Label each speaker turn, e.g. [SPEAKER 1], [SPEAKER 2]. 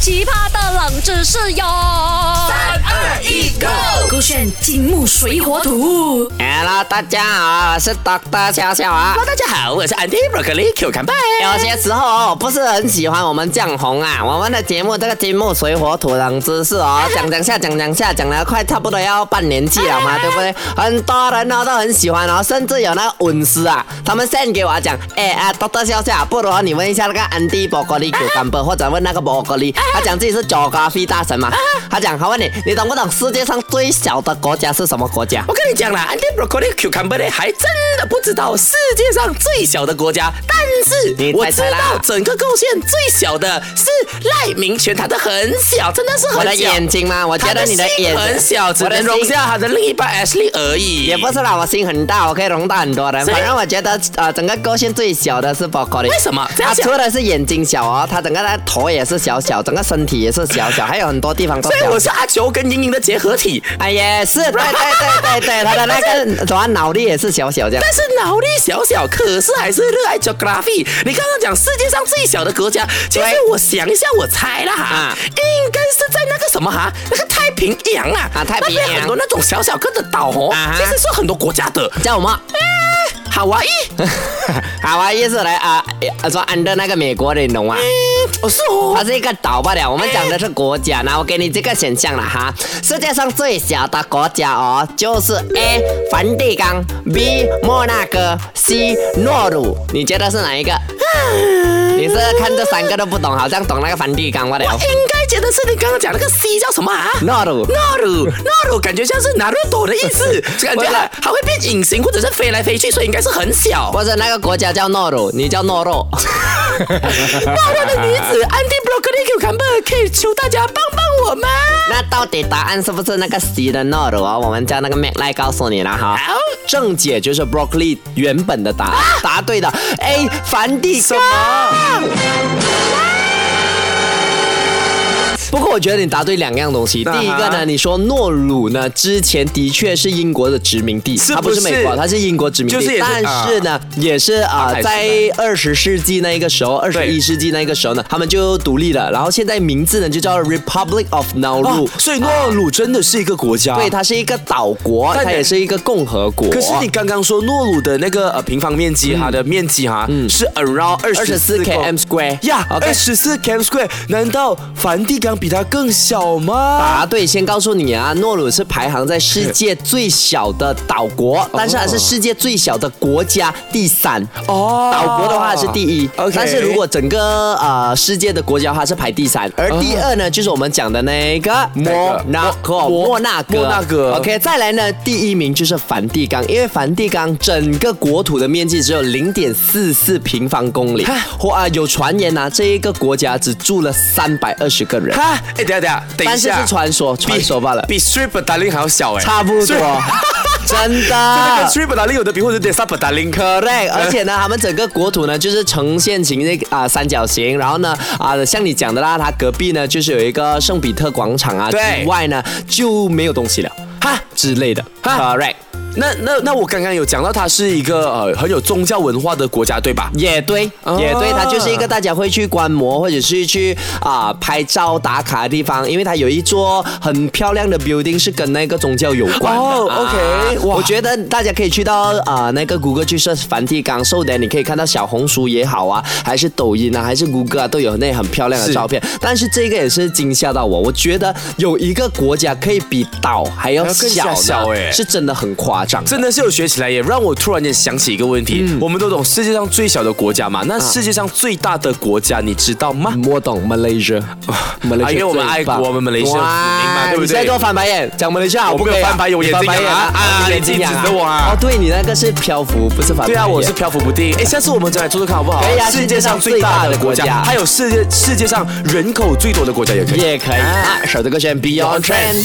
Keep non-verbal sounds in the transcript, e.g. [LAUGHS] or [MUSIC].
[SPEAKER 1] 奇葩的冷知识哟！三
[SPEAKER 2] 二一，Go！
[SPEAKER 1] 勾选金木水火土。
[SPEAKER 2] Hello，大家好，我是 Doctor 笑笑啊。
[SPEAKER 3] Hello，大家好，我是 Andy Broccoli Q 干拜。
[SPEAKER 2] 有些时候哦，不是很喜欢我们酱红啊。我们的节目这个金木水火土冷知识哦，讲讲下讲讲下讲了快差不多要半年季
[SPEAKER 3] [LAUGHS]
[SPEAKER 2] 了嘛，对不对？很多人呢都很喜欢哦，甚至有那个粉丝啊，他们 send 给我讲，哎啊，Doctor 笑笑，不如你问一下那个 Andy Broccoli Q
[SPEAKER 3] [LAUGHS]
[SPEAKER 2] 干拜，或者问那个 Broccoli，他讲自己是 geography 大神嘛。他讲，他问你，你懂不懂世界上最小的国家是什么国家？
[SPEAKER 3] 我跟你讲啦，Andy Broccoli Q 干拜呢，还真的不知道世界上最小的国家，但
[SPEAKER 2] 你
[SPEAKER 3] 是我
[SPEAKER 2] 猜
[SPEAKER 3] 知
[SPEAKER 2] 猜啦
[SPEAKER 3] 道整个构陷最小的是赖明权，他的很小，真的是
[SPEAKER 2] 我
[SPEAKER 3] 很
[SPEAKER 2] 的
[SPEAKER 3] 小。
[SPEAKER 2] 眼睛吗？我觉
[SPEAKER 3] 他
[SPEAKER 2] 得你的
[SPEAKER 3] 心
[SPEAKER 2] 眼
[SPEAKER 3] 很小，只
[SPEAKER 2] 我的
[SPEAKER 3] 能容
[SPEAKER 2] 心
[SPEAKER 3] 下他的另一半 Ashley 而已。
[SPEAKER 2] 也不是啦，我心很大，我可以容到很多人。
[SPEAKER 3] 所以
[SPEAKER 2] 反正我觉得，呃，整个构陷最小的是 broccoli。
[SPEAKER 3] 为什么这样
[SPEAKER 2] 他
[SPEAKER 3] 想
[SPEAKER 2] 除了是眼睛小哦，他整个的头也是小小，整个身体也是小小，还有很多地方都
[SPEAKER 3] 所以
[SPEAKER 2] 小
[SPEAKER 3] 我。是阿球跟莹莹的结合体，
[SPEAKER 2] 哎呀，是对
[SPEAKER 3] [LAUGHS]
[SPEAKER 2] 对对对对，他的那个什么脑力也是小小这样。
[SPEAKER 3] 但是脑力小小，可是还是热爱 geography。你刚刚讲世界上最小的国家，其实
[SPEAKER 2] 对
[SPEAKER 3] 我想一下，我猜啦哈，
[SPEAKER 2] 啊
[SPEAKER 3] 应该是在那个什么哈，那个太平洋啊，
[SPEAKER 2] 啊太平洋
[SPEAKER 3] 那边很多那种小小个的岛哦，
[SPEAKER 2] 啊哈
[SPEAKER 3] 其实是很多国家的，
[SPEAKER 2] 叫什么？
[SPEAKER 3] [LAUGHS] 夏威夷，
[SPEAKER 2] 好啊，意思来啊，呃说 under 那个美国的，你啊懂吗？
[SPEAKER 3] 哦是哦
[SPEAKER 2] 它，是一个岛罢了，我们讲的是国家。那我给你这个选项了哈，世界上最小的国家哦，就是 A 梵蒂冈，B 莫纳哥，C 诺鲁。你觉得是哪一个？你是看这三个都不懂，好像懂那个梵蒂冈罢了。
[SPEAKER 3] 应该觉得是你刚刚讲那个 C 叫什么啊？
[SPEAKER 2] 诺鲁，
[SPEAKER 3] 纳鲁，纳鲁感觉像是拿鲁朵的意
[SPEAKER 2] [LAUGHS]
[SPEAKER 3] 思，感觉它它会变隐形或者是飞来飞去，所以应该是很小。
[SPEAKER 2] 或者那个国家叫诺鲁，你叫诺肉。
[SPEAKER 3] 漂亮的女子 Andy Broccoli Q 坎贝尔，可以求大家帮帮我吗？
[SPEAKER 2] 那到底答案是不是那个 C 的诺鲁啊？我们叫那个 Mac 来告诉你了哈。
[SPEAKER 3] 好啊
[SPEAKER 2] 正解就是 broccoli 原本的答案，答对的 A 梵蒂冈。不过我觉得你答对两样东西。
[SPEAKER 3] 啊哈
[SPEAKER 2] 第一个呢，你说诺鲁呢，之前的确是英国的殖民地，
[SPEAKER 3] 是
[SPEAKER 2] 它不是
[SPEAKER 3] 不是
[SPEAKER 2] 美国，它是英国殖民地。
[SPEAKER 3] 就是也是
[SPEAKER 2] 但是呢，也是啊、
[SPEAKER 3] 开始
[SPEAKER 2] 在二十世纪那一个时候，二十一
[SPEAKER 3] 对
[SPEAKER 2] 世纪那一个时候呢，他们就独立了。然后现在名字呢就叫 Republic of Nauru，、
[SPEAKER 3] 哦所以诺鲁真的是一个国家
[SPEAKER 2] 对，哦它是一个岛国，
[SPEAKER 3] 但
[SPEAKER 2] 它也是一个共和国。
[SPEAKER 3] 啊可是你刚刚说诺鲁的那个呃平方面积，它的面积哈是 around 二
[SPEAKER 2] 嗯二十四 km square
[SPEAKER 3] 呀，
[SPEAKER 2] OK
[SPEAKER 3] 二十四 km square，难道梵蒂冈比它更小
[SPEAKER 2] 答
[SPEAKER 3] 吗？
[SPEAKER 2] 对，先告诉你啊，诺鲁是排行在世界最小的岛国，但是它是世界最小的国家第三。
[SPEAKER 3] 哦
[SPEAKER 2] 岛国的话是第一
[SPEAKER 3] OK
[SPEAKER 2] 但是如果整个呃世界的国家的话是排第三，而第二呢、就是我们讲的那个莫纳哥，
[SPEAKER 3] 哦莫
[SPEAKER 2] 莫纳哥，
[SPEAKER 3] 莫纳哥
[SPEAKER 2] OK，再来呢，第一名就是梵蒂冈，因为梵蒂冈整个国土的面积只有零点四四平方公里
[SPEAKER 3] 哈，
[SPEAKER 2] 或啊、有传言呐、啊，这一个国家只住了三百二十个人。
[SPEAKER 3] 哈，哎，等一下等一下，等一
[SPEAKER 2] 但是
[SPEAKER 3] 下，
[SPEAKER 2] 是传说，传说罢了，
[SPEAKER 3] 比 Strip Darling 还要小哎，
[SPEAKER 2] 差不多
[SPEAKER 3] [LAUGHS] Strip-
[SPEAKER 2] 真
[SPEAKER 3] 真的跟
[SPEAKER 2] 的。
[SPEAKER 3] Strip Darling 有的比，或者 Desa Darling 可 [LAUGHS]
[SPEAKER 2] Correct，而且呢，他们整个国土呢就是呈现形那个啊、三角形，然后呢啊、像你讲的啦，它隔壁呢就是有一个圣彼特广场啊，之
[SPEAKER 3] 对
[SPEAKER 2] 外呢就没有东西了
[SPEAKER 3] 哈。
[SPEAKER 2] 之类的。
[SPEAKER 3] 哈
[SPEAKER 2] Correct，
[SPEAKER 3] 那那那我刚刚有讲到，它是一个呃很有宗教文化的国家，对吧？
[SPEAKER 2] 也对，
[SPEAKER 3] 啊
[SPEAKER 2] 也对，它就是一个大家会去观摩或者是去啊、拍照打卡的地方，因为它有一座很漂亮的 building 是跟那个宗教有关的。啊
[SPEAKER 3] 哦，OK，哇
[SPEAKER 2] 我觉得大家可以去到啊、那个谷歌去 search 梵蒂冈，瘦的你可以看到小红书也好啊，还是抖音啊，还是谷歌啊，都有那很漂亮的
[SPEAKER 3] 是
[SPEAKER 2] 照片。但是这个也是惊吓到我，我觉得有一个国家可以比岛还要
[SPEAKER 3] 还要更
[SPEAKER 2] 小呢，
[SPEAKER 3] 小欸
[SPEAKER 2] 是真的很夸张。
[SPEAKER 3] 真的是有学起来，也让我突然间想起一个问题。我们都懂世界上最小的国家嘛，那世界上最大的国家你知道吗？
[SPEAKER 2] 我懂 Malaysia，
[SPEAKER 3] 啊啊因为我们爱国我们 Malaysia 有福音嘛对不对
[SPEAKER 2] 你现在给我翻白眼，讲 Malaysia 好
[SPEAKER 3] 我不
[SPEAKER 2] 对啊
[SPEAKER 3] 给我翻白眼我眼睛
[SPEAKER 2] 你翻白眼
[SPEAKER 3] 痒啊啊
[SPEAKER 2] 你
[SPEAKER 3] 你自己指着我啊
[SPEAKER 2] 哦，对你那个是漂浮，不是翻白眼。
[SPEAKER 3] 对啊，我是漂浮不定。哎，下次我们再来做做看好不好？
[SPEAKER 2] 可以啊
[SPEAKER 3] 世界上最大的国
[SPEAKER 2] 世界上最大的国家
[SPEAKER 3] 家，还有世界世界上人口最多的国家也可以。
[SPEAKER 2] 也可以。那首歌选 Beyond Trend。